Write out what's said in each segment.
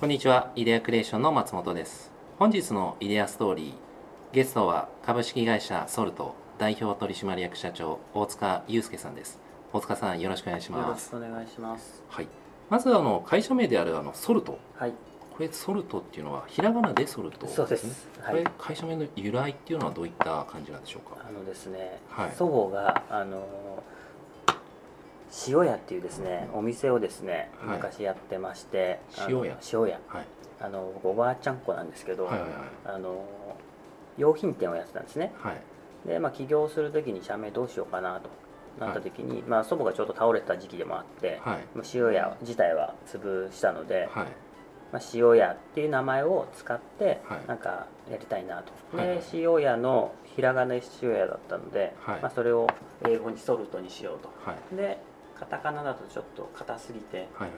こんにちは、イデアクリエーションの松本です。本日のイデアストーリー、ゲストは株式会社ソルト代表取締役社長大塚祐介さんです。大塚さん、よろしくお願いしよろましす。くお願いします。はい。まずあの会社名であるあのソルト、はい、これソルトっていうのはひらがなでソルトそうでねす。こはれい。会社名の由来っていうのはどういった感じなんでしょうか。あのですね、はい祖母があの塩屋っていうですね、お店をですね、はい昔やってまして、あの塩屋塩屋。はい。あの僕おばあちゃんっ子なんですけど、はいはいはいあの用品店をやってたんですね。はい。で、まあ起業する時に社名どうしようかなとなった時に、まあ祖母がちょっと倒れてた時期でもあって、はい。まあ塩屋自体は潰したので、はい。まあ、塩屋っていう名前を使ってはいなんかやりたいなと、はいで塩屋のひらがなで塩屋だったので、はいまあ、それを英語にソルトにしようとはい。でカタカナだとちょっと硬すぎてはい。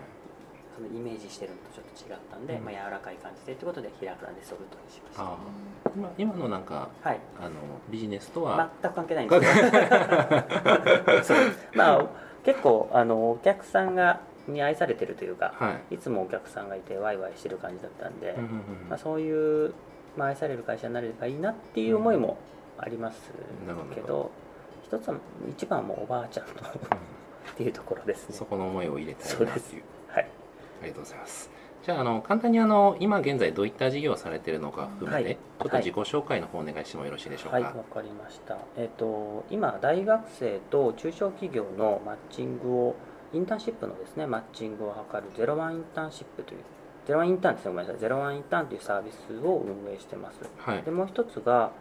そのイメージしてるのとちょっと違ったんで、うんまあ、柔らかい感じでということでひらがなでソルトにしましたああ。今今のなんかはいあのビジネスとは全く関係ないんですけ どそうまあ結構あのお客さんがに愛されてるというか、はい。い、つもお客さんがいてワイワイしてる感じだったんで、うんうんうんまあ、そういう、まあ、愛される会社になればいいなっていう思いもありますうんなるほどけど,、一つは一番はもうおばあちゃんとっていうところですねそこの思いを入れたいそうなでってすいうはい、ありがとうございますじゃああの簡単にあの今現在どういった事業をされているのか含めて、はいちょっと自己紹介の方お願いしてもよろしいでしょうかはい、わかりましたえっ、と今大学生と中小企業のマッチングをインターンシップのですねマッチングを図るゼロワンインターンシップというゼロワンインターンですねごめんなさいゼロワンインターンというサービスを運営してますはいでもう一つが、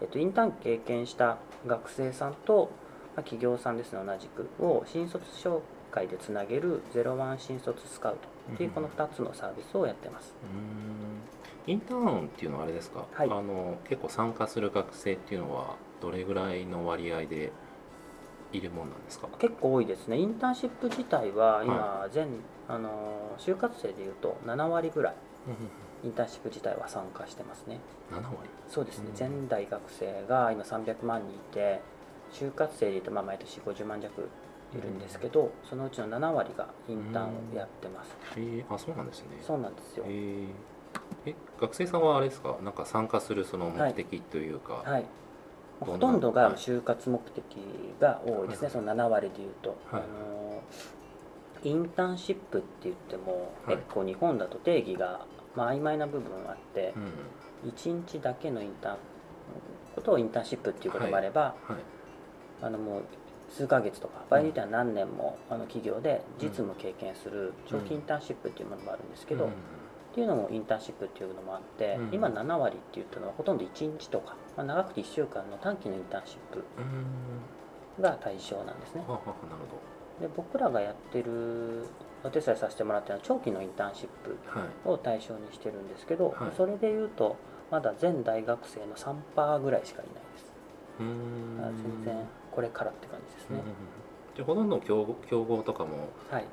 えっと、インターン経験した学生さんと、まあ、企業さんですね同じくを新卒紹介でつなげる「ゼロワン新卒スカウト」っていううんうこんの2つのサービスをやってます。うーんインターンっていうのはあれですか、はいあの結構参加する学生っていうのはどれぐらいの割合でいるもんなんですか結構多いですねインターンシップ自体はは今全、あの就活生でいうと7割ぐらいうんインターンシップ自体は参加してますねうんうん7割そうですね、うん全大学生が今300万人いて就活生でいうとまあ毎年50万弱いるんですけど、そのうちの7割がインターンをやってます、えーあそうなんですねそうなんですよえ。ーえ学生さんはあれですかなんか参加するその目的というか、はい。どんなほとんどはがい就活目的が多いですね。はいその7割でいうと、はいあのインターンシップって言っても、はい結構日本だと定義がまあ曖昧な部分があってう、ん1日だけのインターンことをインターンシップっていうこともあれば、はいあのもう数ヶ月とか場合によっては何年もあの企業で実務経験する長期インターンシップっていうものもあるんですけど、うんっていうのもインターンシップっていうのもあって、うん今7割って言ったのはほとんど1日とか、まあ、長くて1週間の短期のインターンシッうーんプが対象なんですねはあはあはあなるほで僕らがやってるお手伝いさせてもらってるのは長期のインターンシッどはいプを対象にしてるんですけど、はいそれでいうとまだ全大学生の3%ぐらいしかいないですうーだからん全然これからって感じですうんうねんうん、じゃあほとんど競合競合とかもはい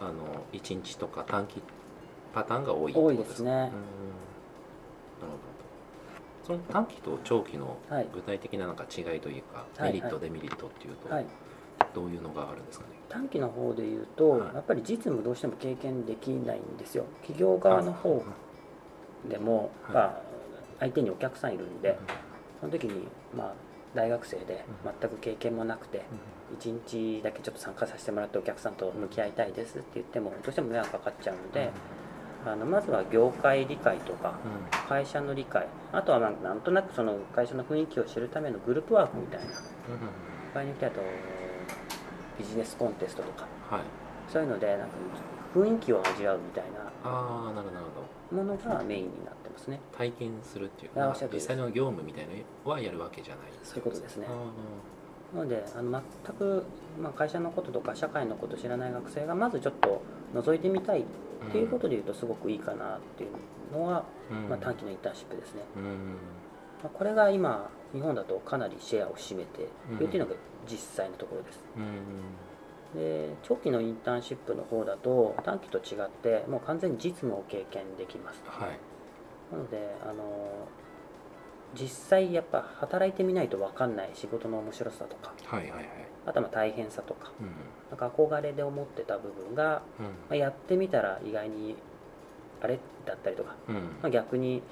あの1日とか短期パターンが多いってこ多といかですねうーんなるほどその短期と長期のはい具体的ななんか違いというか、はいメリットはデメリットっていうとはいどういうのがあるんですかね、短期の方で言うと、はいやっぱり実務どうしても経験できないんですよ企業側の方でも、はいまあ、相手にお客さんいるんでその時に、まあ、大学生でうん全く経験もなくて1日だけちょっと参加させてもらってお客さんと向き合いたいですって言ってもどうしても迷惑かかっちゃうのであのまずは業界理解とかうんうん会社の理解あとはなんなんとなくその会社の雰囲気を知るためのグループワークみたいなうんうん場合によってはあとビジネスコンテストとかはいそういうのでなんか雰囲気を味わうみたいああなるほどなるほどなものがメインになってますね体験するっていうあおかっしゃる実通りです際の業務みたいなのはやるわけじゃないそういうことですねあーなのであの全く、まあ、会社のこととか社会のことを知らない学生がまずちょっと覗いてみたいっていうことでいうとすごくいいかなっていうのは、うんまあ、短期のインターンシップですね、うんまあ、これが今日本だとかなりシェアを占めているっていうのが実際のところですうんで長期のインターンシップの方だと短期と違ってもう完全に実務を経験できますはいなのであの実際やっぱ働いてみないと分かんない仕事の面白さとかはいはいはいあとはまあ大変さとかうんなんか憧れで思ってた部分が、うんまあやってみたら意外にあれだったりとか、うんまあ、逆に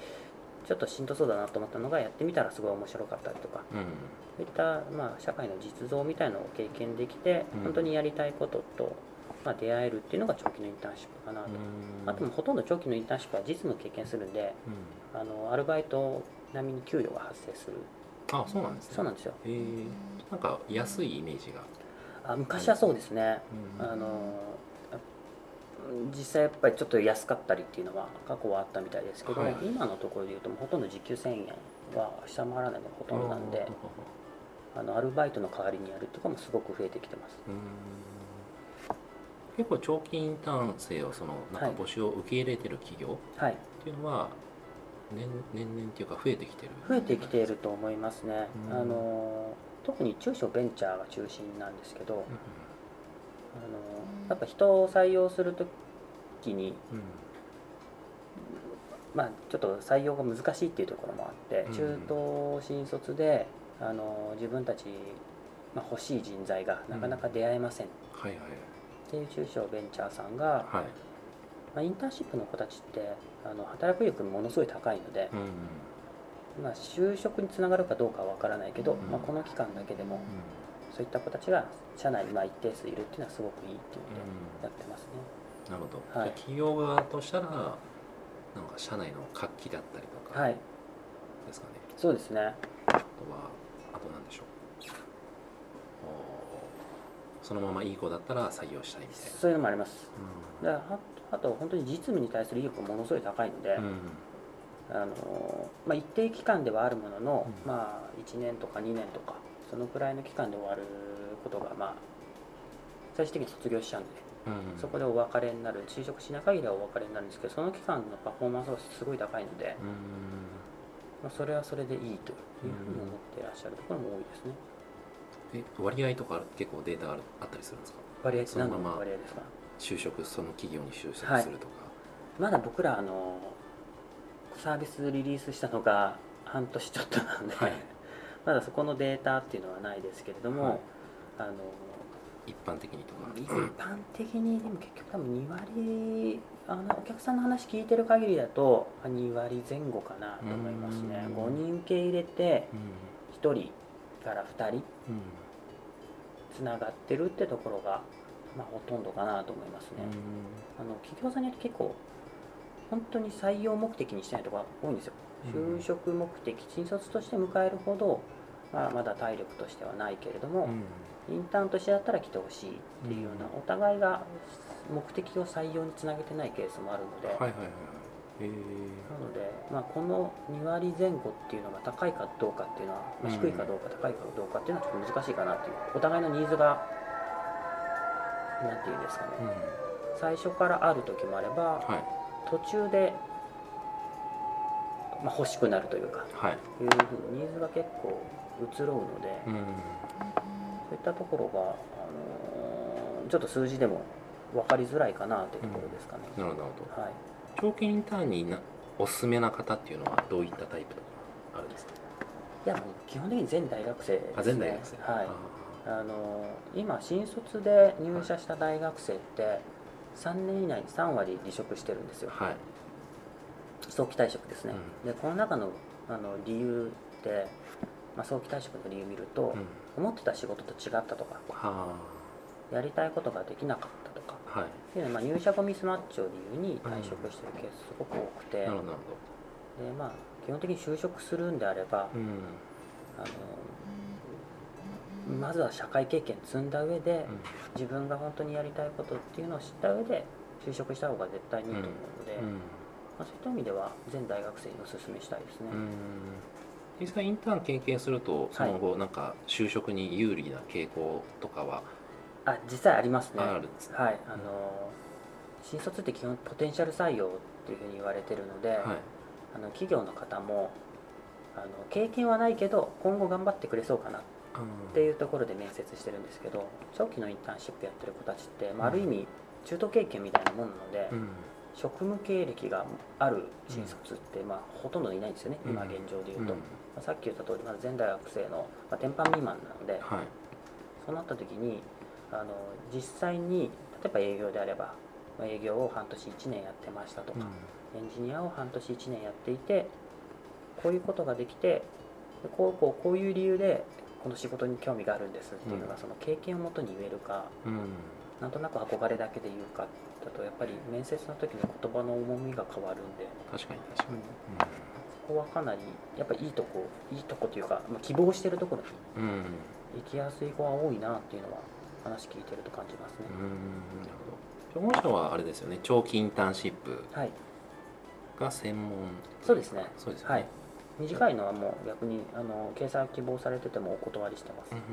ちょっとしんどそうだなと思ったのがやってみたらすごい面白かったりとかうんそういった、まあ、社会の実像みたいのを経験できて、うん本当にやりたいことと、まあ、出会えるっていうのが長期のインターンシップかなと、うんあともうほとんど長期のインターンシップは実務を経験するんでうんあのアルバイト並みに給与が発生するあそうなんですねそうなんんですよへえなんか安いイメージが、あ昔はそうですね、うんあの実際やっぱりちょっと安かったりっていうのは過去はあったみたいですけど、はい今のところでいうともうほとんど時給1000円は下回らないのがほとんどなんであのアルバイトの代わりにやるとかもすごく増えてきてますうん結構長期インターン生をそのなはんいか募集を受け入れてる企業はいっていうのは年年々っていうか増えてきてる増えてきていると思いますね、うんあの特に中小ベンチャーが中心なんですけど、あのやっぱ人を採用するときにうんうんまあ、ちょっと採用が難しいっていうところもあって、うん中東新卒であの自分たち、まあ、欲しい人材がなかなか出会えませんっはいはいていう中小ベンチャーさんが、はいまあ、インターンシップの子たちってあの働く意欲ものすごい高いのでう、んうんまあ、就職につながるかどうかは分からないけど、んまあ、この期間だけでもそういった子たちが社内にまあ一定数いるっていうのはすごくいいっていうのでやってますね。なるほど、はじいゃあ企業側としたらなんか社内の活気だったりとはかいですかね、そうですねあとはあと何でしょうおーそのままいい子だったら採用したいみたいそういうのもありますなでああと本当に実務に対する意欲もものすごい高いので、うん、うんあのまあ、一定期間ではあるものの、うんまあ、1年とか2年とかそのくらいの期間で終わることが、まあ、最終的に卒業しちゃうんで、うんそこでお別れになる就職しない限りはお別れになるんですけどその期間のパフォーマンスがすごい高いのでう、んまあ、それはそれでいいというふうに思ってらっしゃるところも多いですねえ割合とか結構データがあるあったりするんですか割合そのまま何の割合ですか就職その企業に就職はいするとか、まだ僕らあのサービスリリースしたのが半年ちょっとなんで、はい まだそこのデータっていうのはないですけれども、はいあの一般的にとか、一般的にでも結局多分2割あのお客さんの話聞いてる限りだと2割前後かなと思いますねうん5人受け入れてうん1人から2う人んつながってるってところが、まあ、ほとんどかなと思いますね、あの企業さんによって結構本当に採用目的にしてないところが多いんですようん就職目的新卒として迎えるほど、まあ、まだ体力としてはないけれども、うんインターンとしてだったら来てほしいっていうような、うお互いが目的を採用につなげてないケースもあるので、はいはいはいはいえなので、まあ、この2割前後っていうのが高いかどうかっていうのは、まあうん低いかどうか高いかどうかっていうのはちょっと難しいかなっていうお互いのニーズが何て言うんですかね、ーうん最初からある時もあればはい途中で、まあ、欲しくなるというかはいいうふうにニーズが結構移ろうので。うんそういったところが、あのーちょっと数字でも分かりづらいかなというところですかね。なるほどなるほどはい、長期インターンになおすすめな方っていうのはどういったタイプとかあるんですかいやもう基本的に全大学生です、ね、あ全大学生はいああのー今新卒で入社した大学生って3年以内に3割離職してるんですーよはい早期退職ですね、でこの中のあの理由って、まあ、早期退職の理由見ると、うん思ってた仕事と違ったとかはやりたいことができなかったとかあはっていうのは、まあ、入社後ミスマッチを理由に退職してるケースすごく多くて、いなるほどなるでまあ基本的に就職するんであればほど、うんあのまずは社会経験積んだ上で自分が本当にやりたいことっていうのを知った上で就職した方が絶対にいいと思うので、うんまあ、そういった意味では全大学生にお勧めしたいですね、うん実際インターン経験するとその後なんか就職に有利な傾向とかはあ実際ありますねあるんですねはいあの新卒って基本ポテンシャル採用っていうふうに言われてるので、はいあの企業の方もあの経験はないけど今後頑張ってくれそうかなっていうところで面接してるんですけど長期のインターンシップやってる子たちって、まあ、ある意味中途経験みたいなもんなので、うん職務経歴がある新卒って、まあ、ほとんどいないんですよね、うん今現状でいううんと、まあさっき言った通りまり全大学生の、まあ、天板未満なのではいそうなった時にあの実際に例えば営業であればまあ営業を半年1年やってましたとか、うんエンジニアを半年1年やっていてこういうことができてでこうこうこういう理由でこの仕事に興味があるんですっていうのが、うんその経験をもとに言えるかうんなんとなく憧れだけで言うかだとやっぱり面接の時の言葉の重みが変わるんで、確かに確かにそこはかなりやっぱいいとこいいとこというか、まあ、希望してるところにうん、うん行きやすい子は多いなっていうのは話聞いてると感じますねう、んなるほど。本社はあれですよね、長期インターンシップはいが専門。そうですねそうですよね。はい短いのはもう逆にあの掲載希望されててもお断りしてます、うんうん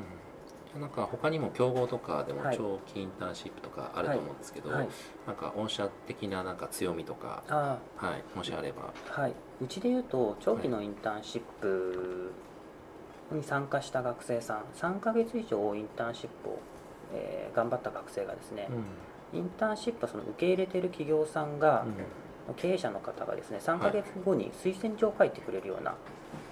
うん。なんか他にも競合とかでもはい長期インターンシップとかあると思うんですけど、はいなんか御社的ななんか強みとか、あはい、もしあれば。あはいうちで言うと長期のインターンシップに参加した学生さん3ヶ月以上インターンシップを、えー頑張った学生がですね、インターンシップはその受け入れてる企業さんが、経営者の方がですね3ヶ月後に推薦状を書いてくれるような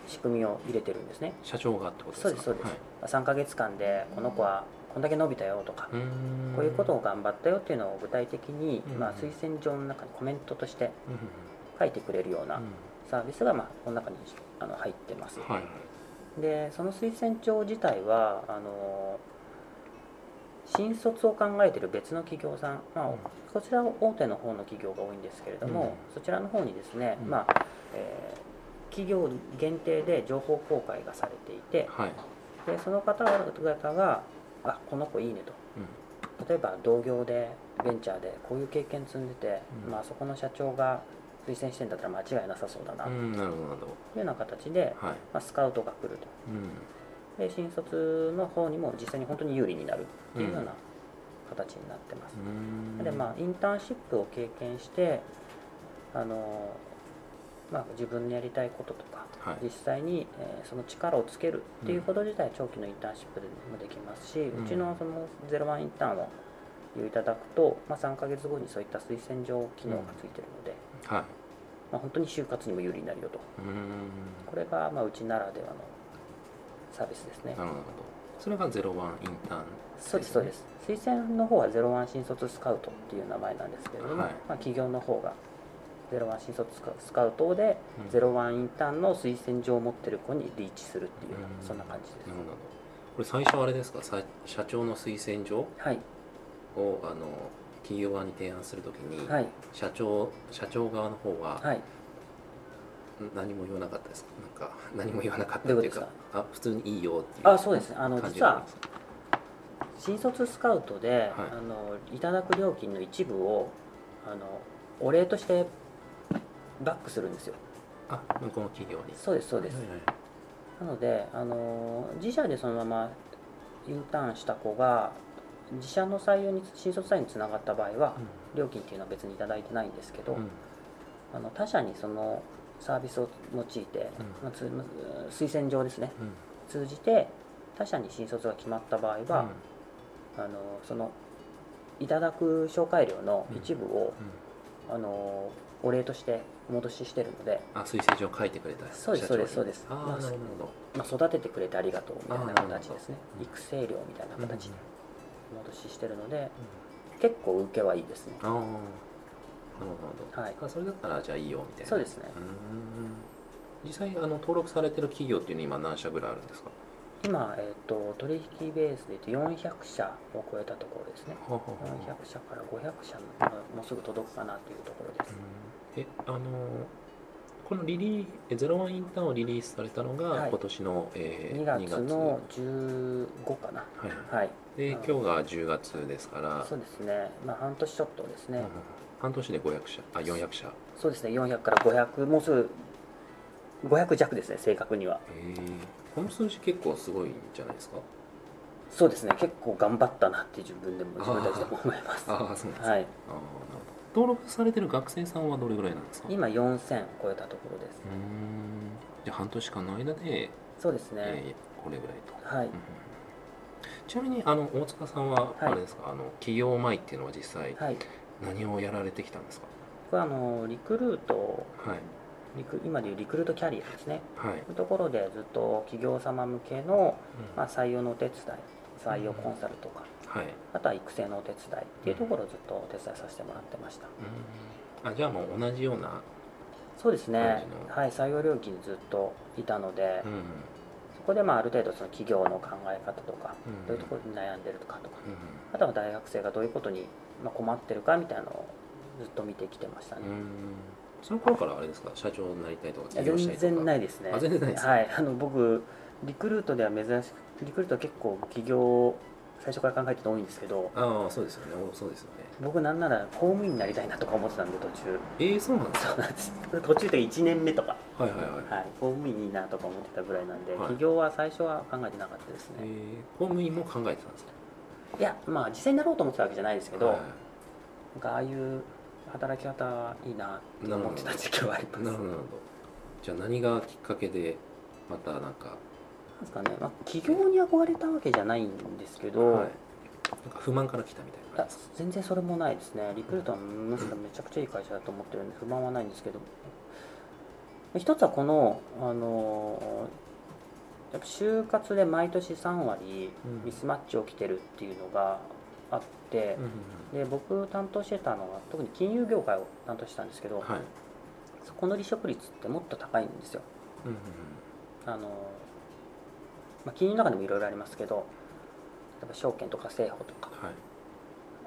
仕組みを入れてるんですね、社長がってことですか。そうですそうですはい3ヶ月間でこの子はこんだけ伸びたよとか、うーんこういうことを頑張ったよっていうのを具体的に、うんまあ、推薦状の中にコメントとしてうんうん書いてくれるようなうサービスが、まあ、この中にあの入ってます、んはいはい。でその推薦状自体はあの新卒を考えている別の企業さん、まあうんこちらは大手の方の企業が多いんですけれども、そちらの方にですね、うんまあえー企業限定で情報公開がされていてはい。でその方々が「あこの子いいね」とう例えば同業でベンチャーでこういう経験積んでて、うんまあそこの社長が推薦してんだったら間違いなさそうだなとんいううん。なるほどなるほど。ような形で、はい。まあ、スカウトが来ると。うん。で新卒の方にも実際に本当に有利になるっていうような形になってます、うーんでまあインターンシップを経験してあの、まあ、自分のやりたいこととか、はい実際に、えーその力をつけるっていうこと自体長期のインターンシップでもできますし、うんちのその01インターンを利用いただくと、まあ、3ヶ月後にそういった推薦状機能がついてるので、はい。まあ、本当に就活にも有利になるよとうーん。これが、まあ、うちならではのサービスですねなるほどなるほど。それがゼロワンインターン。そうですそうです推薦の方はゼロワン新卒スカウトっていう名前なんですけれども、はいまあ、企業の方がゼロワン新卒スカスカウトでうんゼロワンインターンの推薦状を持ってる子にリーチするっていうようなうんそんな感じですなるほど。これ最初あれですか。さ社長の推薦状はいをあの企業側に提案するときに、はい社長社長側の方は、はいん何も言わなかったですか。なんか 何も言わなかったってどういいううことかで。あ普通にいいよっていう。あそうですねあの感じ実なんはです新卒スカウトで、はいい、あのいただく料金の一部をあのお礼としてバックするんですよあ向こうの企業に。そうですそうです、はいはいなので、あのー自社でそのままインターンした子が自社の採用に新卒採用につながった場合は、料金っていうのは別にいただいてないんですけど、うんうんあの他社にそのサービスを用いて、うんまあつま推薦状ですねうん通じて他社に新卒が決まった場合うんは、あのーそのいただく紹介料の一部を、うんあのーお礼としてお戻ししてるので、あ推薦状を書いてくれたそうです社長にそうですそうですあーまなあるほどまあ、育ててくれてありがとうみたいな形ですねあーなるほど育成料みたいな形で。戻ししてるのでうん結構受けはいいですねああなるほど、はいあそれだったらじゃあいいよみたいなそうですねうーん実際あの登録されてる企業っていうのは今何社ぐらいあるんですか今、えー、と取引ベースで言うと400社を超えたところですねははは400社から500社のもうすぐ届くかなというところです、えあのこのリリーえゼロワンインターンをリリースされたのがはい今年の、えー2月の15かな2月はいはいであ今の日が10月ですからそうですねまあ半年ちょっとですね、うん半年で500社あ400社そうですね400から500もうすぐ500弱ですね正確にはえこの数字結構すごいんじゃないですかそうですね結構頑張ったなって自分でも自分たちでも思いますああそうなんですねあはいーなるほど登録されてる学生さんはどれぐらいなんですか今4000超えたところですうーんじゃあ半年間の間で、そうですね、えーこれぐらいと、はいうんちなみにあの大塚さんはあはいれですか、あの企業前っていうのは実際はい何をやられてきたんですか僕はあのリクルートはいリク今でいうリクルートキャリアですねはい、そういうところでずっと企業様向けの、まあ、採用のお手伝い採用コンサルとかはいあとは育成のお手伝いっていうところをずっとお手伝いさせてもらってましたうんあじゃあもう同じようなそうですね感じ、のはい、採用領域にずっといたので、うんうんそこでまあある程度その企業の考え方とか、うんどういうところに悩んでるかとかうんあとは大学生がどういうことにまあ困ってるかみたいなのをずっと見てきてましたね、うんその頃からあれですか社長になりたいとかいや起業した全いとか然ないいですねあ全然ないですかはい、あの僕リクルートでは珍しくリクルートは結構起業を最初から考えてて多いんですけどああそうですよねおそうですよね僕なんなら公務員になりたいなとか思ってたんで途中 えー、そうなんですかそうなんです途中で1年目とか、はいはいはい、はい、公務員いいなとか思ってたぐらいなんで、はい起業は最初は考えてなかったですえね、ー、公務員も考えてたんですかいやまあ実際になろうと思ってたわけじゃないですけど、はなんかああいう働き方いいなと思ってた時期はありますいなるほどなるほどじゃあ何がきっかけでまたなんかなんですかね、まあ、起業に憧れたわけじゃないんですけど、はいない、んか不満から来たみたいな感やじですか全然それもないですねリクルートはむしろめちゃくちゃいい会社だと思ってるんで不満はないんですけど一つはこの、あのーやっぱ就活で毎年3割うんミスマッチ起きてるっていうのがあって、うんうんで僕担当してたのは特に金融業界を担当してたんですけど、うんはいそこの離職率ってもっと高いんですようんうんあの、まあ、金融の中でもいろいろありますけど例えば証券とか生保とかうんはい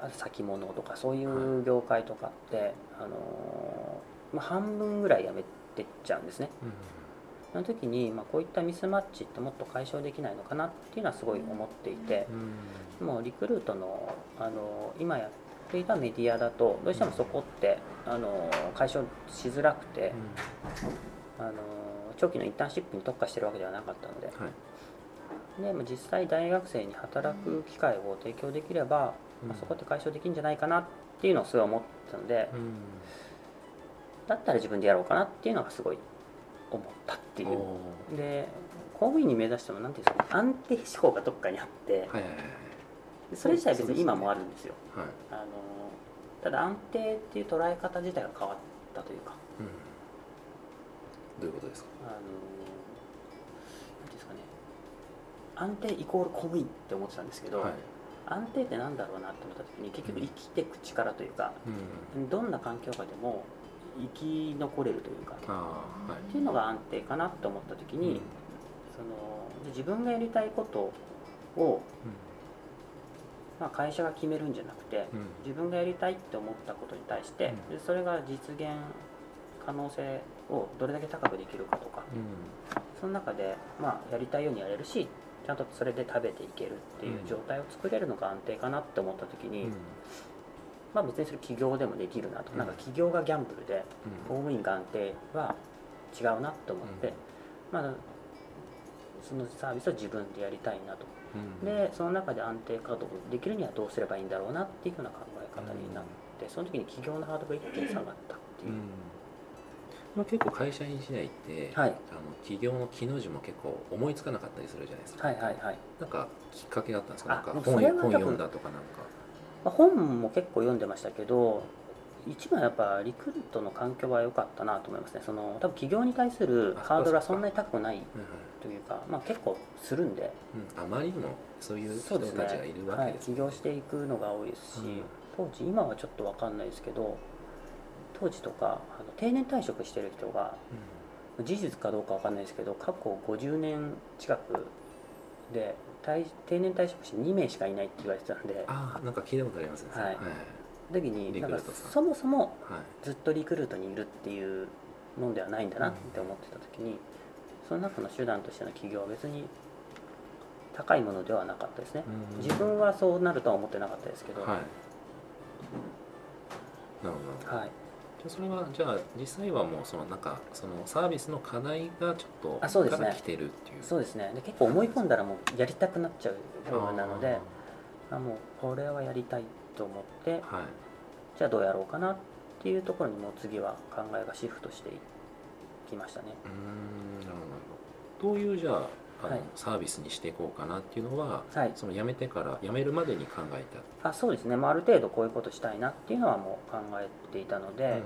あと先物とかそういう業界とかって、あのまあ、半分ぐらいやめてっちゃうんですねうんその時に、まあ、こういったミスマッチってもっと解消できないのかなっていうのはすごい思っていてうんうんもうリクルートの、あの今やっていたメディアだとどうしてもそこって、あの解消しづらくて、あの長期のインターンシップに特化してるわけではなかったのでうんはいでまあ実際大学生に働く機会を提供できれば、まあ、そこって解消できるんじゃないかなっていうのをすごい思ったので、うんだったら自分でやろうかなっていうのがすごい思ったっていおうーで公務員に目指しても何ていうんですかね安定志向がどっかにあってはいはいはいでそれ自体別に今もあるんですよはいはいあのただ安定っていう捉え方自体が変わったというかうんどういうことですかあのなんていうんですかね安定イコール公務員って思ってたんですけど、はい安定ってなんだろうなって思った時に結局生きていく力というか、うんどんな環境下でも生き残れるというかっああはいていうのが安定かなって思った時に、うんその自分がやりたいことを、まあ、会社が決めるんじゃなくてうん自分がやりたいって思ったことに対して、でそれが実現可能性をどれだけ高くできるかとかうんその中で、まあ、やりたいようにやれるしちゃんとそれで食べていけるっていう状態を作れるのが安定かなって思った時に、うんまあ、別にそれ起業でもできるなと、うんなんか起業がギャンブルでうん公務員が安定は違うなと思って、うんまあ、そのサービスを自分でやりたいなと、うんでその中で安定稼働できるにはどうすればいいんだろうなっていうような考え方になって、その時に起業のハードルが一気に下がったっていうう、んまあ、結構会社員時代って、はいあの起業の木の字も結構思いつかなかったりするじゃないですか、はいはいはい、なんかきっかけがあったんですかあなんかもう本それは多分本読んだとかなんかまあ、本も結構読んでましたけど一番やっぱリクルートの環境は良かったなと思いますねその多分起業に対するハードルはそんなに高くなはいいはいというか、まあ、結構するんでうん、あまりにもそういう人たちがいるわはけいです起業していくのが多いですし、うん当時今はちょっと分かんないですけど当時とかあの定年退職してる人が事実かどうか分かんないですけど過去50年近くで退定年退職して2名しかいないって言われてたんでああなんか聞いたことありますねはいはいその時にリなクんルかートさんそもそもはいずっとリクルートにいるっていうのではないんだなって思ってた時にその中の手段としての起業は別に高いものではなかったですねうん自分はそうなるとは思ってなかったですけど、はいなるほどなるほどはい、じゃあそれはじゃあ実際はもうそのなんかそのサービスの課題がちょっとあそうですねから来てるっていうそうですねで結構思い込んだらもうやりたくなっちゃう部分なのであもうこれはやりたいと思っあてーはいじゃあどうやろうかなっていうところにもう次は考えがシフトしていきましたねうーんなるほどどういうじゃああの、はいサービスにしていこうかなっていうのははいその辞めてから辞めるまでに考えあそうですね、まあ、ある程度こういうことしたいなっていうのはもう考えていたので、た、うんうんう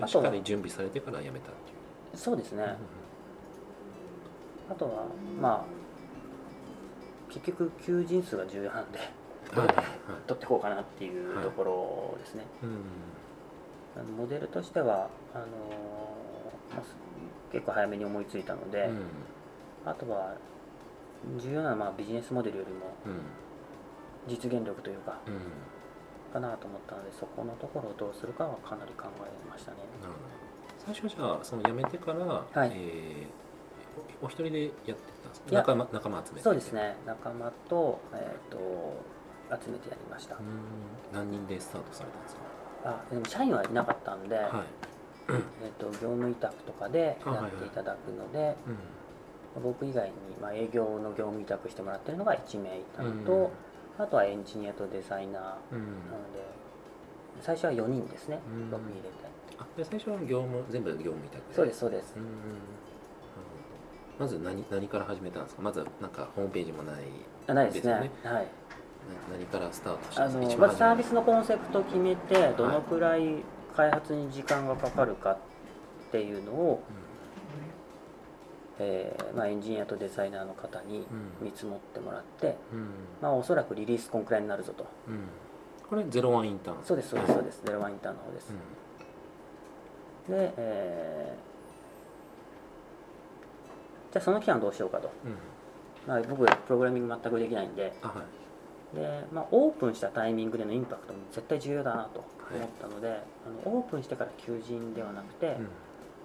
んあしとっはかり準備されてから辞めたっていう、そうですね、うんうんあとはまあ結局求人数が重要なんで はいはい、取ってこうかなっていうところですね、うんあのモデルとしてはあのまあす結構早めに思いついたので、うんあとは重要なのはまあビジネスモデルよりもうん実現力というかうんかなと思ったのでそこのところをどうするかはかなり考えましたねなるほど最初じゃあその辞めてから、いえーお一人でやってたんですかいや仲間仲間集めてそうですね仲間と,、えー、と集めてやりました、うん何人でスタートされたんですかあでも社員はいなかったんで、はい、えー、と業務委託とかであはいやはいっていただくので、うん僕以外に、まあ、営業の業務委託してもらってるのが1名いたのと、あとはエンジニアとデザイナーなうんので最初は4人ですね、うん僕入れてあで最初は業務全部業務委託そうですそうですう、んなるほどまず何何から始めたんですかまずなんかホームページもないあないですねですはいな何からスタートしたあんでのすまかずサービスのコンセプトを決めてどのくらい開発に時間がかかるかっていうのを、えーまあ、エンジニアとデザイナーの方に見積もってもらって、うんうんまあ、おそらくリリースこんくらいになるぞとうんこれゼロワンインターンそうですそうですそうす、ですゼロワンインターンの方ですうん、で、えーじゃあその期間どうしようかと、うんまあ、僕プログラミング全くできないんであはいで、まあ、オープンしたタイミングでのインパクトも絶対重要だなとい思ったので、あのオープンしてから求人ではなくて、うん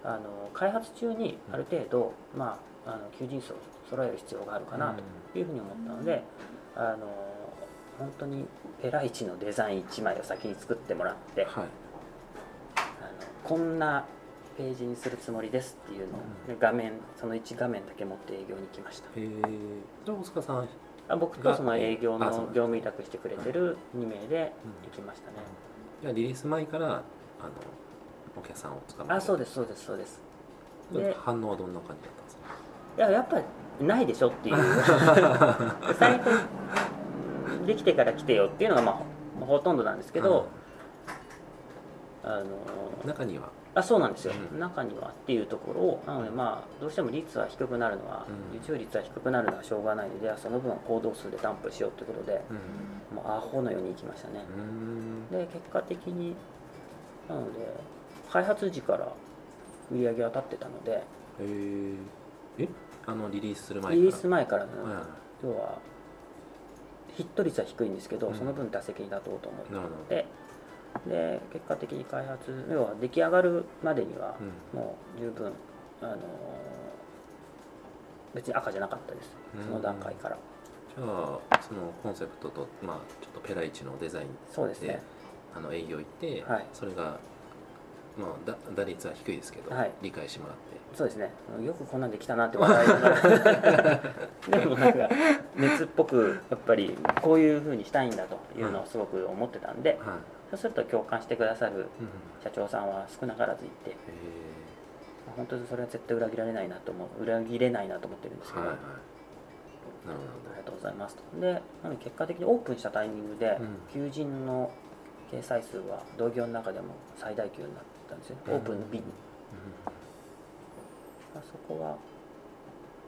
あの開発中にある程度、まあ、あの求人数を揃える必要があるかなというふうに思ったので、あの本当にペライチのデザイン1枚を先に作ってもらって、はいあのこんなページにするつもりですっていうのを、う画面その1画面だけ持って営業に来ましたえー、それは大塚さん、うん、あ僕とその営業あそのうなんだ業務委託してくれてる2名で行きましたね、じゃあリリース前からあのお客さんを捕まえてあそうですそうですそうですで反応はどんな感じだったんですかいややっぱないでしょ っていう最悪うんできてから来てよっていうのがまあほほとんどなんですけど、あのうん中にはあそうなんですよ、うん中にはっていうところをなのでまあどうしても率は低くなるのは、うん受注率は低くなるのはしょうがないのでその分行動数で担保しようということでうんもうアホのようにいきましたねう、んで結果的になので開発時から売り上げは立ってたのでえー、えあのリリースする前からリリース前からの、はいは要はヒット率は低いんですけど、うんその分打席に立とうと思っいなるほどてで結果的に開発要は出来上がるまでには、うんもう十分、あのー別に赤じゃなかったですうんその段階から、じゃあそのコンセプトと、まあ、ちょっとペライチのデザインそうですねあの営業行って、はいそれが、まあ、だ打率は低いですけど、はい理解してもらってそうですねよくこんなんできたなって笑いながら でもなんか熱っぽくやっぱりこういう風にしたいんだというのをすごく思ってたんで、はい、そうすると共感してくださるうん社長さんは少なからずいてえ本当にそれは絶対裏切られないなと思う裏切れないなと思ってるんですけー、ど、はいはいあなるほどりがとうございますとでなので結果的にオープンしたタイミングで、うん求人の掲載数は同業の中でも最大級になったんですよね、うんオープンの日に、あそこは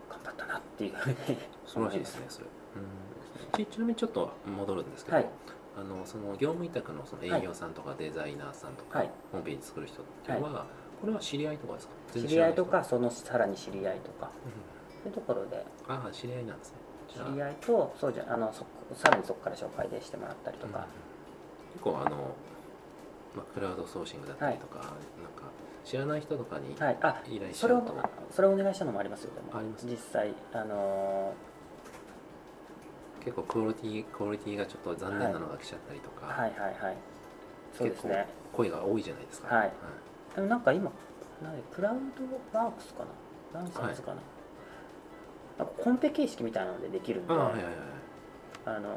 頑張ったなっ ていうふうに素晴らしいですねそれ、うん、ちちなみにちょっと戻るんですけど、はいあのその業務委託のその営業さんとかデザイナーさんとか、はいホームページ作る人っていうのは、これは知り合いとかですか知り合いと、全然か知そのさらに知り合いとかならい人そういうところでうんああ知り合いなんですね知り合いとそうじゃあのそさらにそこから紹介でしてもらったりとか、うん結構あの、まあ、クラウドソーシングだったりとか、なんか知らない人とかにはいあ依頼しちそゃれうをと、それをお願いしたのもありますよでもあります実際あの結構クオリティクオリティがちょっと残念なのが来ちゃったりとか、ーはいはいはいそうですね結構声が多いじゃないですか、はいでもなんか今なんでクラウドワークスかなランサーズかな,、なんかコンペ形式みたいなのでできるんでああ、あはいはいはいの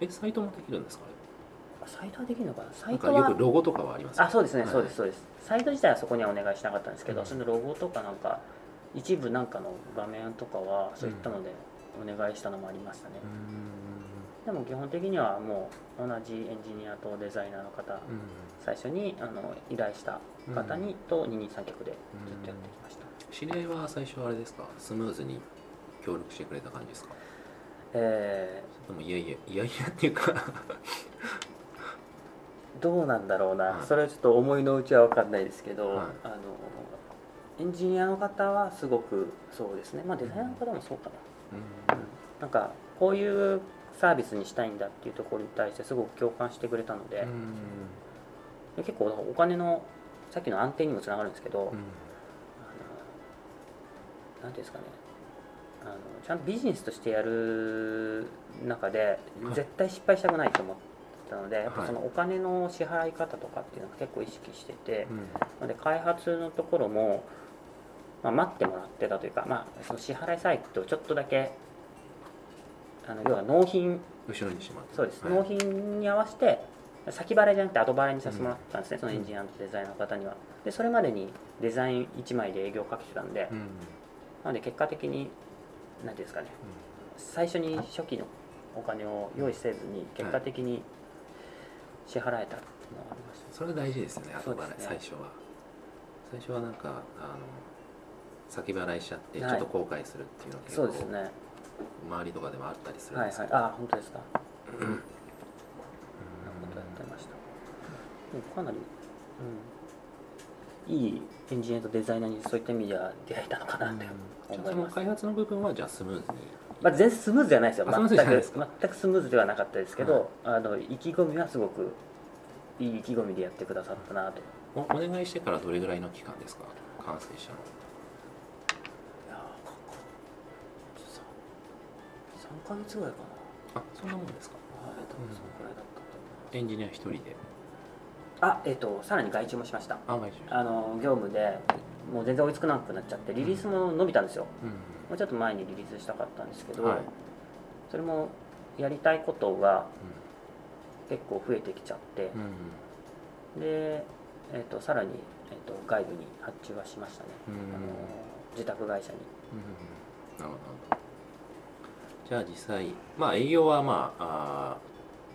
えサイトもできるんですかあーサイトはできるのかなサれなイんかトよはくロゴとかはありますよねあそうですね、はいそうですそうですサイト自体はそこにはお願いしなかったんですけど、うんそのロゴとかなんか一部なんかの画面とかはそういったのでお願いしたのもありましたね、うーんでも基本的にはもう同じエンジニアとデザイナーの方、うん最初にあの依頼した方に、と二人三脚でずっとやってきました、知り合いは最初あれですかスムーズに協力してくれた感じですかえ でもいやいやいやいやっていうかーどうなんだろうな、はいそれはちょっと思いのうちは分かんないですけど、はいあのエンジニアの方はすごくそうですねまあデザイナーの方もそうかな、うんなんかこういうサービスにしたいんだっていうところに対してすごく共感してくれたのでう、んで結構お金のさっきの安定にもつながるんですけうど、んあのなんていうんですかねあのちゃんとビジネスとしてやる中ではい絶対失敗したくないと思ってたので、やっはぱいそのお金の支払い方とかっていうのは結構意識してて、うんなので開発のところも、まあ、待ってもらってたというか、まあ、その支払いサイトをちょっとだけあの要は納品後ろにしまってそうです、はい納品に合わせて先払いじゃなくて後払いにさせてもらったんですね、そのエンジニアのデザインの方にはでそれまでにデザイン1枚で営業かけてたんで、うんうんなので結果的に何ていうんですかね最初に初期のお金を用意せずに結果的に支払えたっていうのがありました、それ大事ですよね後そうで払すいね最初は最初はなんかあの先払いしちゃってちょはいっと後悔するっていうのは結そ構うですねはい周りとかでもあったりするんはでいすけどああ本当ですかうんうんそんなことやってましたでもかなり、うん、いいエンジニアとデザイナーにそういった意味では出会えたのかなってじゃあ思いそのます、開発の部分はじゃあスムーズにまあ、全然スムーズじゃないですよあスムー全ズじくゃないですか全くスムーズではなかったですけど、あの意気込みはすごくいい意気込みでやってくださったなとおお願いしてからどれぐらいの期間ですか完成したのいやーかっこ3ヶ月ぐらいかなあそんなもんですかはい多分そのくらいだったと思いエンジニア一人でますあえっ、とさらに外注もしましたあ毎週あの業務でもう全然追いつかなくなっちゃってリリースも伸びたんですよもうちょっと前にリリースしたかったんですけうど、んはいそれもやりたいことが結構増えてきちゃってう、んで、えっとさらに、えっと外部に発注はしましたね、うんあの自宅会社にうんなるほどなるほどじゃあ実際まあ営業はまあ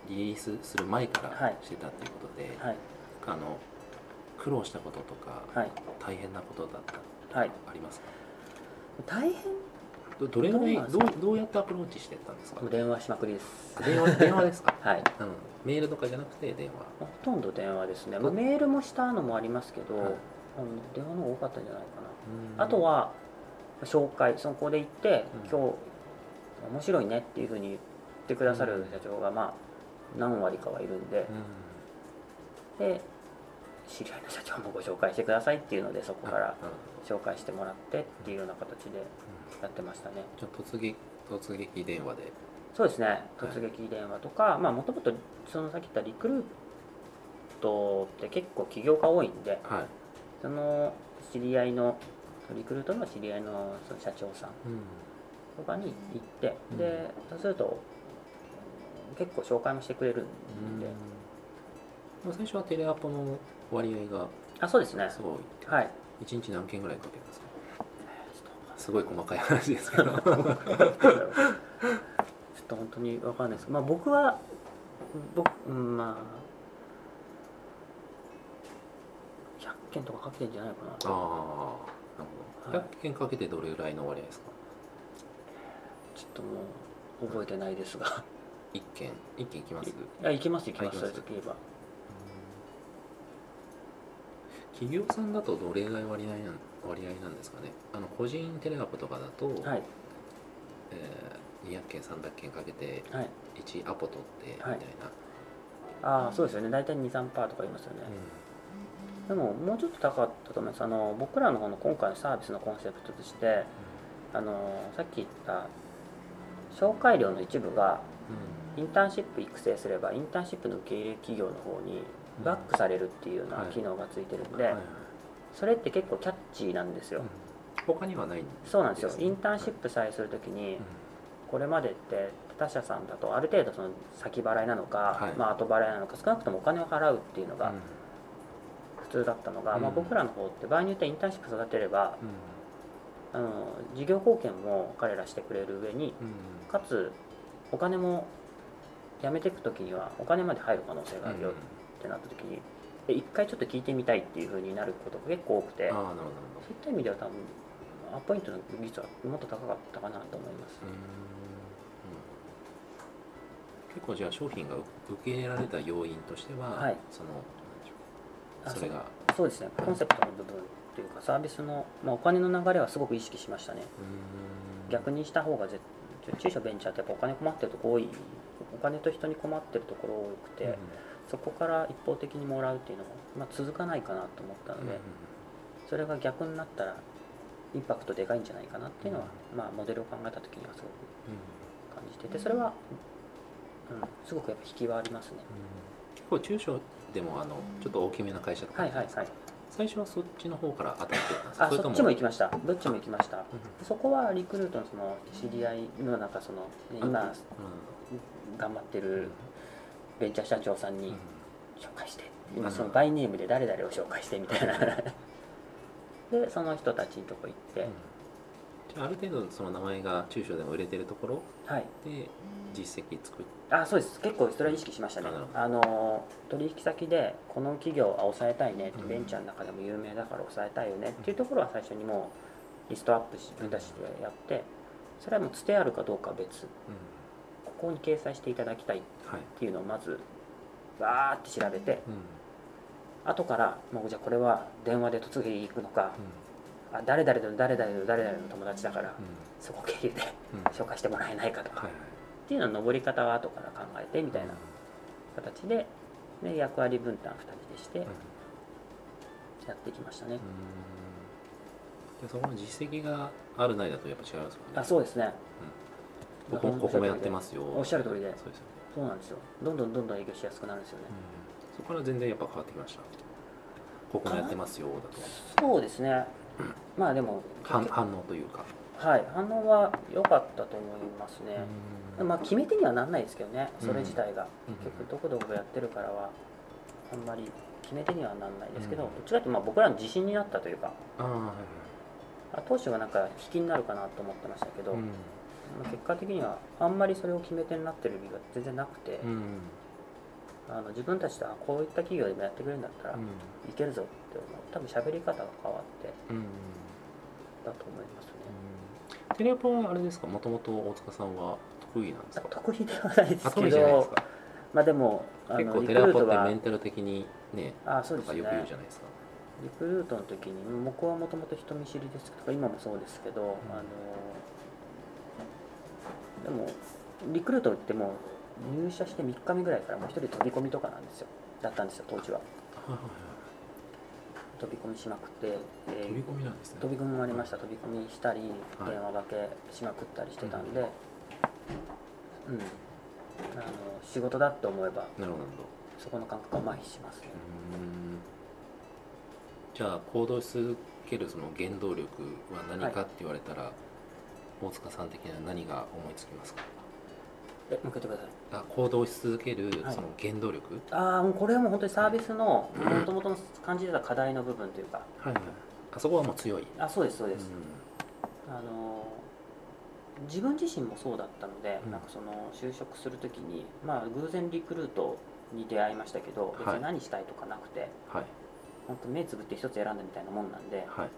あーリリースする前かはらいしてたっていうことで、はいあの苦労したこととか、はい大変なことだったはいありますか大変どどれぐらいどうなんでどすうかどうやってアプローチしてったんですかもう電話しまくりです電話電話ですか、はいうん、メールとかじゃなくて電話まあほとんど電話ですね、まあ、メールもしたのもありますけど、はいあの電話の方が多かったんじゃないかな、あとは紹介そこで行って、うん今日面白いねっていうふうに言ってくださる社長がまあ何割かはいるんでう、んで知り合いの社長もご紹介してくださいっていうのでそこからあなるほ紹介してもらってっていうような形でどやってましたねじゃあ突撃突撃電話でそうですね突撃電話とかまあもともとそのさっき言ったリクルートって結構起業家多いんではい、その知り合いのリクルートの知り合いのその社長さんとかに行って、うんでそうすると結構紹介もしてくれるんで、まあ最初はテレアポの割合があそうですねすごいって はい一日何件ぐらいかけますかすごい細かい話です けどちょっと本当に分かんないですまあ僕は僕うんまあ100件とかかけてんじゃないのかああななるほはどい100件かけてどれぐらいの割合ですかちょっともう覚えてないですが1件1件いきますいや行きます行きますあそ行うきますで言えば企業さんだとどれぐらい割合なん割合なんですかねあの個人テレアポとかだと、はいえー200件300件かけてはい1アポ取ってみたいな、はいああそうですよね大体23%とか言いますよね、でももうちょっと高かったと思いますあの僕らの方の今回のサービスのコンセプトとしてあのさっき言った紹介料の一部がインターンシップ育成すればインターンシップの受け入れ企業の方にバックされるっていうようなはい機能がついてるんうんで、はいはいそれって結構キャッチーなんですよ、他にはないんでそうなんですよですねインターンシップさえするときにこれまでって他社さんだとある程度その先払いなのか、はいまあ、後払いなのか少なくともお金を払うっていうのうんが普通だったのが、まあ、うん僕らの方って場合によってはインターンシップ育てればうんあの事業貢献も彼らしてくれる上にうんかつお金も辞めていくときにはお金まで入る可能性があるよってなった時にで一回ちょっと聞いてみたいっていう風になることが結構多くてああなるそほどなるほういった意味では多分アポイントの技術はもっと高かったかなと思いますどうんうん結構じゃあ商品が受け入れられた要因としては、はいそのなんでしょうそあれがそうですねコンセプトの部分というかサービスの、まあ、お金の流れはすごく意識しましたねうーん逆にした方が絶中小ベンチャーってやっぱお金困ってるとこ多いお金と人に困ってるところ多くて、うんそこから一方的にもらうっていうのも、まあ、続かないかなと思ったのうんで、うんそれが逆になったらインパクトでかいんじゃないかなっていうのは、まあ、モデルを考えた時にはすごく感じててそれは、うん、すごくやっぱ引きはありますね結構中小でもあのちょっと大きめな会社とかはあいるじゃはないいですかはい最初はそっちの方から当たっていったんですかあそれとっちも行きましたどっちも行きましたそこはリクルートのその知り合いのなんかそのねうん今う頑張ってんるベンチャー社長さんうんに紹介してうん今そのバイネームで誰々を紹介してみたいな でその人たちのとこ行ってじゃあある程度その名前が中小でも売れてるところはいで実績作ってあそうです結構それは意識しましたねなるほどあの取引先でこの企業は抑えたいねってうんベンチャーの中でも有名だから抑えたいよねっていうところは最初にもうリストアップし分出してやってそれはもうつてあるかどうかは別ここに掲載していただきたいっはいていうのをまずわーって調べてうん後からもうじゃあこれは電話で嫁ぎに行くのかあ誰々の誰々の誰々の友達だからうそこ経由で んうん紹介してもらえないかとかはいはいっていうのを登り方は後から考えてみたいな形でで役割分担2人でしてうんうんやってきましたねうーんでそこの実績があるないだとやっぱ違いますよね。あそうですね僕もここもやってますよ。おっしゃる通りでそうですよね。そうなんですよどんどんどんどん営業しやすくなるんですよねうん、そこから全然やっぱ変わってきました。ここもやってますよだとそうですねまあでも反結反応というか。局はい反応は良かったと思いますね、まあ決め手にはなんないですけどねそれ自体が、うん結局どこどこやってるからはあんまり決め手にはなんないですけど、うんどっちかっていうとまあ僕らの自信になったというかああはあ当初はなんか引きになるかなと思ってましたけいど、はい。まあ結果的にはあんまりそれを決め手になってる理由が全然なくて、うんうんあの自分たちとあこういった企業でもやってくれるんだったら、いけるぞって思う多分喋り方が変わってうんうん。だと思いますね、テレアポはあれですか。もともと大塚さんは得意なんですあか。得意ではないです得け意じゃないでどすか。まあでもあ結の構リテクレルアーポっトてはメンタル的にね。あそうとですかねよく言うじゃないですか。リクルートの時に僕はもともと人見知りですけど今もそうですけど、あのでもリクルートってもう入社して3日目ぐらいからもう一人飛び込みとかなんですよだったんですよ当時ははいはいはい。飛び込みしまくって、えー飛び込みなんですね。飛び込みもありました飛び込みしたり電話がけしまくったりしてたんで、うんあの仕事だって思えばなるほど。うそこの感覚は麻痺しますねーんじゃあ行動し続けるその原動力は何かって言われたら、大塚さん的には何が思いつきますか。えもう一回言ってくださいあ行動し続けるはいその原動力。ああもうこれはもう本当にサービスのもともと感じてた課題の部分というかはいはい。あそこはもう強い。あそうですそううんです、あのー自分自身もそうだったので、うんなんかその就職するときにまあ偶然リクルートに出会いましたけど別はいに何したいとかなくて、はい本当目つぶって一つ選んだみたいなもんなんで、はい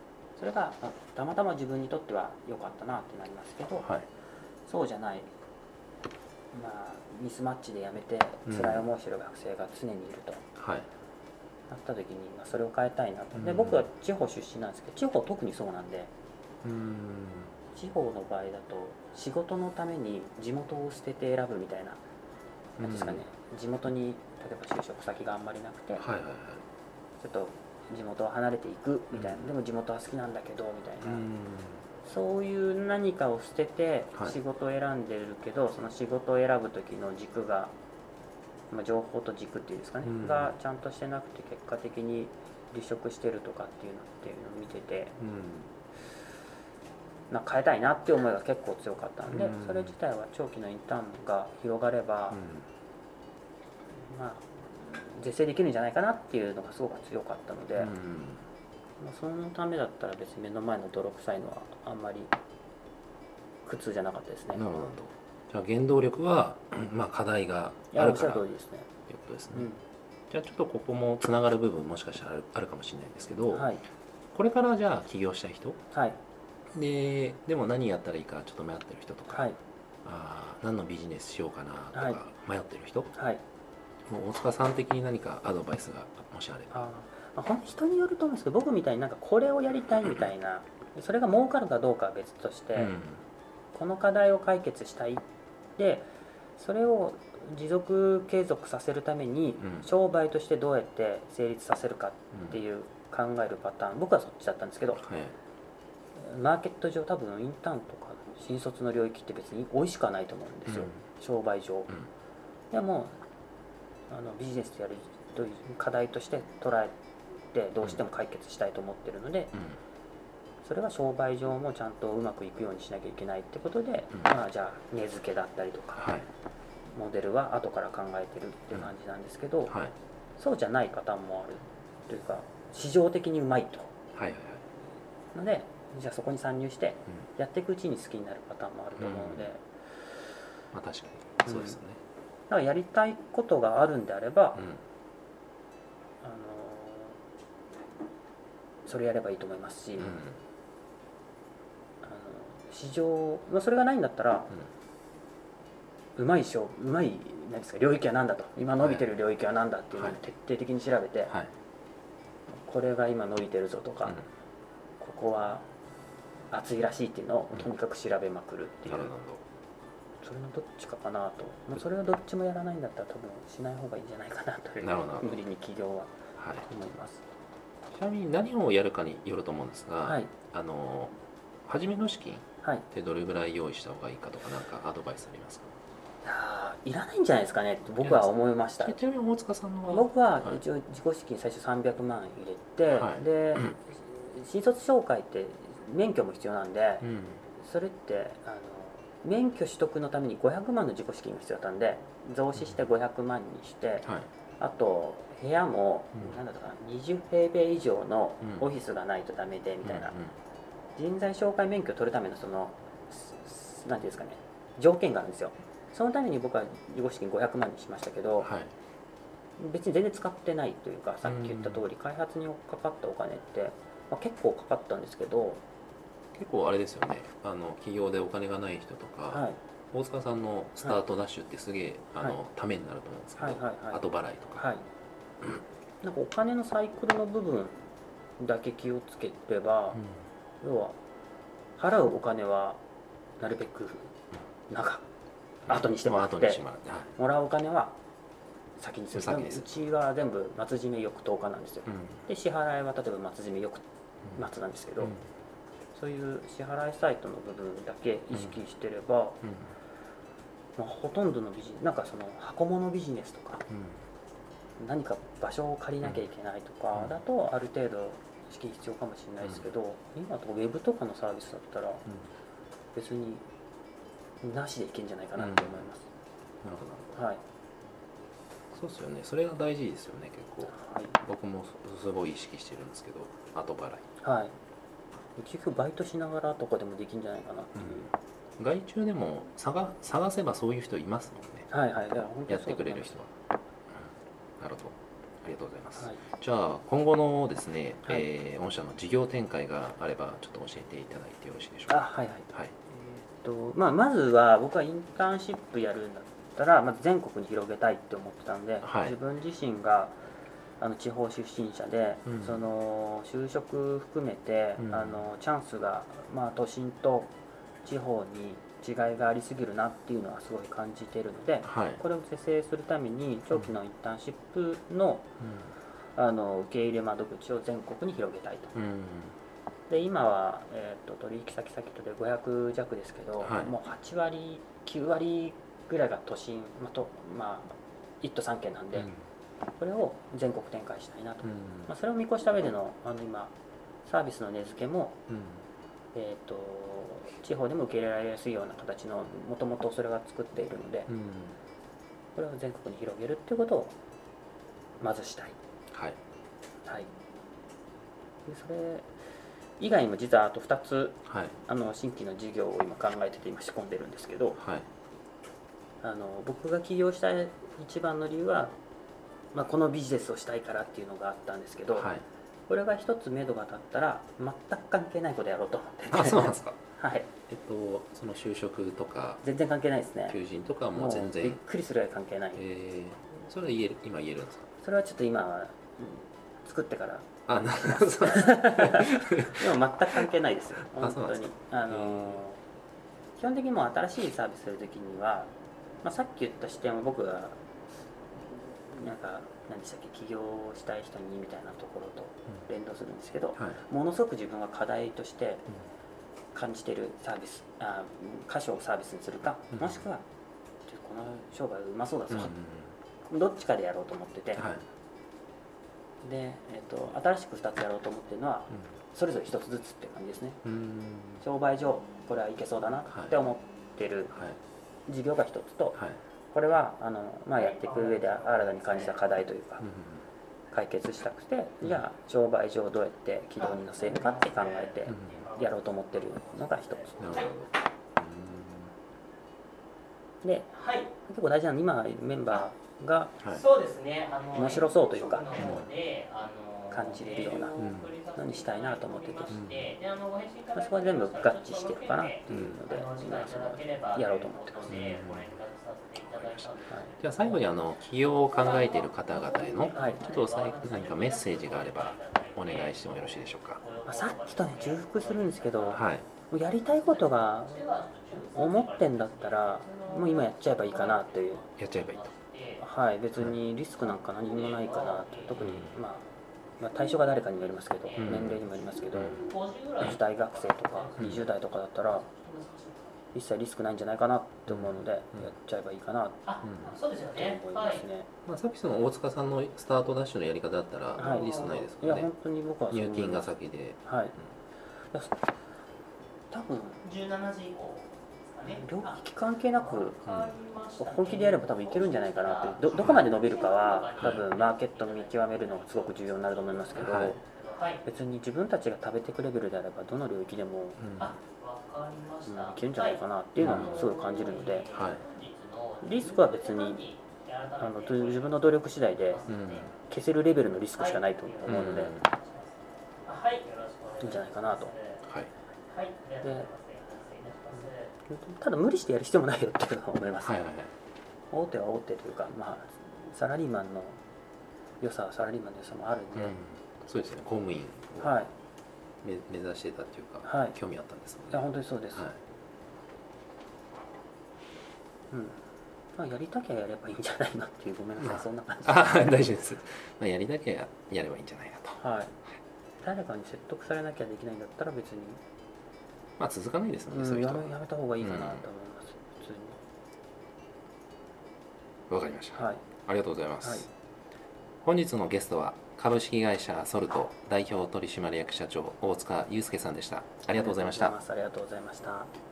それがまあたまたま自分にとっては良かったなってなりますけど、はい。そうじゃない、まあ、ミスマッチで辞めてうん辛い思いをしてる学生が常にいると、はい。なった時に、まあ、それを変えたいなとでうん僕は地方出身なんですけど地方特にそうなんでうーん。地方の場合だと仕事のために地元を捨てて選ぶみたいななんですかね、地元に例えば就職先があんまりなくて、はいはいはい。ちょっと地元を離れていくみたいな、うんでも地元は好きなんだけどみたいうーな、ん。そういう何かを捨ててはい仕事を選んでるけど、その仕事を選ぶ時の軸が、まあ、情報と軸っていうんですかね、うんがちゃんとしてなくて結果的に離職してるとかっていうのっていうのを見てて、まあ、変えたいなっていう思いが結構強かったんで、うんそれ自体は長期のインターンが広がれば、まあ是正できるんじゃないかなっていうのがすごく強かったので、うん。うん。うまん。あ、そのためだったら別に目の前の泥臭いのはあんまり苦痛じゃなかったですね。なるほど。じゃあ原動力は まあ課題がいあやおるっしかゃらると通いうりですね。ことですね。うじゃあちょっとここもつながる部分もしかしたらあるあるかもしれないんですけど、ん、はい、これからじゃあ起業したい人はい、ででも何やったらいいかちょっと迷ってる人とか、はい、あ何のビジネスしようかなとはいか迷ってる人、はいもう大塚さん的に何かアドバイスがもしあればあー、まあ、ほん人によると思うんですけど僕みたいになんかこれをやりたいみたいなそれが儲かるかどうかは別として、うんこの課題を解決したいでそれを持続継続させるためにうん商売としてどうやって成立させるかってうんいう考えるパターン僕はそっちだったんですけどはいマーケット上多分インターンとか新卒の領域って別に多いしかないと思うんですよ、商売上うんでもあのビジネスでやるという課題として捉えてどうしても解決したいと思ってるので、うんそれは商売上もちゃんとうまくいくようにしなきゃいけないってことで、うんまあじゃあ根付けだったりとか、はいモデルは後から考えてるっていう感じなんですけど、はいそうじゃないパターンもあるというか市場的にうまいとはいはいのでじゃあそこに参入してやっていくうちに好きになるパターンもあると思うので、うんまあ確かうにんそうですよねだからやりたいことがあるんであれば、うんあのーそれやればいいと思いますし、うんあの市場、まあ、それがないんだったらうまい商うまいなんですか領域は何だと今伸びてる領域は何だっていうのをはい徹底的に調べて、うんはいこれが今伸びてるぞとか、うんここは熱いらしいっていうのをうんとにかく調べまくるっていう、なるほどそれのどっちかかなと、まあ、それをどっちもやらないんだったら多分しない方がいいんじゃないかなというなるほど無理に起業ははい思いますちなみに何をやるかによると思うんですが、はいあの初めの資金っはいてどれぐらい用意した方がいいかとかなんかアドバイスありますかあーいらないんじゃないですかねって僕は思いましたちなみに大塚さんは僕ははい一応自己資金最初300万入れて、はいでうん新卒紹介って免許も必要なんで、うんそれってあの免許取得のために500万の自己資金が必要だったんで増資して500万にしてはいあと部屋も、うんなんだったかな20平米以上のうんオフィスがないとダメでみたいな、うんうん人材紹介免許を取るためのそのすなんていうんですかね条件があるんですよそのために僕は自己資金500万にしましたけど、はい別に全然使ってないというかさっき言った通り開発にかかったお金って、まあ、結構かかったんですけど、結構あれですよねあの起業でお金がない人とか、はい、大塚さんのスタートダッシュってすげえ、はいあのためになると思うんですけど、はいはいはい後払いとか、はい、 なんかお金のサイクルの部分だけ気をつければ、要は払うお金はなるべくなんか後にしてもらって後にしてもらって、はいもらうお金は先にする先にするうちは全部松締め翌10日なんですよ、うんで支払いは例えば松締め翌末なんですけど、そういう支払いサイトの部分だけ意識してれば、うんまあ、ほとんどのビジネスなんかその箱物ビジネスとかうん何か場所を借りなきゃいけないとかうんだとある程度資金必要かもしれないですけど、今とかウェブとかのサービスだったら別になしでいけんじゃないかなと思います、なるほどはい、そうですよねそれが大事ですよね結構は僕もすすごい意識してるんですけど後払い、い、はい、結局バイトしながらとかでもできんじゃないかなっていう、外注でも探探せばそういう人いますもんねはいはいだから本当やにっそてうくだとれ思いるます人は、うんなるほどありがとうございます、はいじゃあ今後のですね、はいえー御社の事業展開があればちょっと教えていただいてよろしいでしょうあか。はいはいはい。えっとまあ、まずは僕はインターンシップやるんだったら、まず全国に広げたいって思ってたんで、はい自分自身があの地方出身者で、うんその就職含めて、うんあのチャンスが、まあ、都心と地方に違いがありすぎるなっていうのはすごい感じているのではい。これを是正するために長期のインターンシップのあの受け入れ窓口を全国に広げたいと。うん。うんで今は、えー、と取引先々とで500弱ですけど、はいもう8割9割ぐらいが都心、まあとまあ、1都3県なんで、これを全国展開したいなと、うんまあ、それを見越した上でのあの今サービスの根付けも、うんえー、と地方でも受け入れられやすいような形のもともとそれが作っているので、うんこれを全国に広げるっていうことをまずしたいはい。はいでそれ以外にも実はあと2つはい。あの新規の事業を今考えてて今仕込んでるんですけどはい。あの僕が起業した一番の理由は、まあ、このビジネスをしたいからっていうのがあったんですけど、 はい。これが一つ目処が立ったら全く関係ないことやろうと思っててあ、そうなんですか。 はいえっと、その就職とか全然関係ないですね求人とかはもう全びっ然、くりするぐらい関係ないえー、それは言える今言えるんですかそれはちょっと今は作ってからあなるほどでも全く関係ないですよ あ本そうなんで当すにかあへの基本的にもう新しいサービスする時には、まあ、さっき言った視点を僕がなんか何でしたっけ起業したい人にみたいなところと連動するんですけど、はい、ものすごく自分が課題として感じてるサービスあ箇所をサービスにするか、うんもしくはちょっとこの商売うまそうだうんぞ、どっちかでやろうと思ってて、はいで、えっと新しく2つやろうと思ってるのはそれぞれ1つずつって感じですねうんうん商売上これはいけそうだなはいって思ってるはい事業が1つとはいこれはあの、まあ、やっていく上で新たに感じた課題というかうんうん解決したくてうんじゃあ商売上どうやって軌道に乗せるかって考えてうやろうと思ってるのが1んなるほどつではい、結構大事なのは今メンバーがうんはいそうですね。あの面白そうというかの方であの感じれるようなうんのにしたいなと思っててうんであのご返信いたまだいたあそこは全部合致してるかなっていうので、あの時間いただければやろうと思ってますということでご連絡させていただいたんですけどはいじゃあ最後にあの起業を考えている方々へのはいちょっと最後何かメッセージがあればお願いしてもよろしいでしょうかまあさっきとね重複するんですけど、はいもうやりたいことが思ってんだったらもう今やっちゃえばいいかなというやっちゃえばいいとはい別にリスクなんか何もないかなと特に、まあ、まあ対象が誰かにもよりますけど、うん年齢にもよりますけど、 50ぐらい大学生とかうん20代とかだったら一切リスクないんじゃないかなって思うので、うんやっちゃえばいいかなっあう、そうですよてね。思いはまいす。ね、まあ、さっきその大塚さんのスタートダッシュのやり方だったはらいリスクないですい、もんやね本、当に僕はそう入思い金まがす先で、はいいや多分17時以降ですかね。病気関係なくあ変わりましたね本気でやれば多分いけるんじゃないかなってどどこまで伸びるかは多は分マーケット見極めるのがすごく重要になると思いますけど、はいはい。別に自分たちが食べてくレベルであればどの領域でも、うんあ、わかりまうしんた。いけるんじゃないかなっていうのうもんすごい感じるので、はいリスクは別にあのという自分の努力次第でうん消せるレベルのリスクしかないと思うので、うんはい。いいんじゃないかなとはいはい。でただ無理してやる必要もないよっていうのは思います、はいはいはい大手は大手というか、まあ、サラリーマンの良さはサラリーマンの良さもあるんうで、んそうですね公務員をはい目目指してたっていうか、はい興味あったんですいやもんね本当にそうです、はいうんまあ、やりたきゃやればいいんじゃないなっていうごめんなさいそんな感じあー大丈夫です、まあ、やりだけややればいいんじゃないかとはい誰かに説得されなきゃできないんだったら別に、、まあ続かないですもんね、そううんいうや人はめやめた方がいいかなと思います、普通わかりました、にはいありがとうございます、はい本日のゲストは株式会社ソルト代表取締役社長大塚祐介さんでしたあありがとうございましたりがとうございますありがとうございました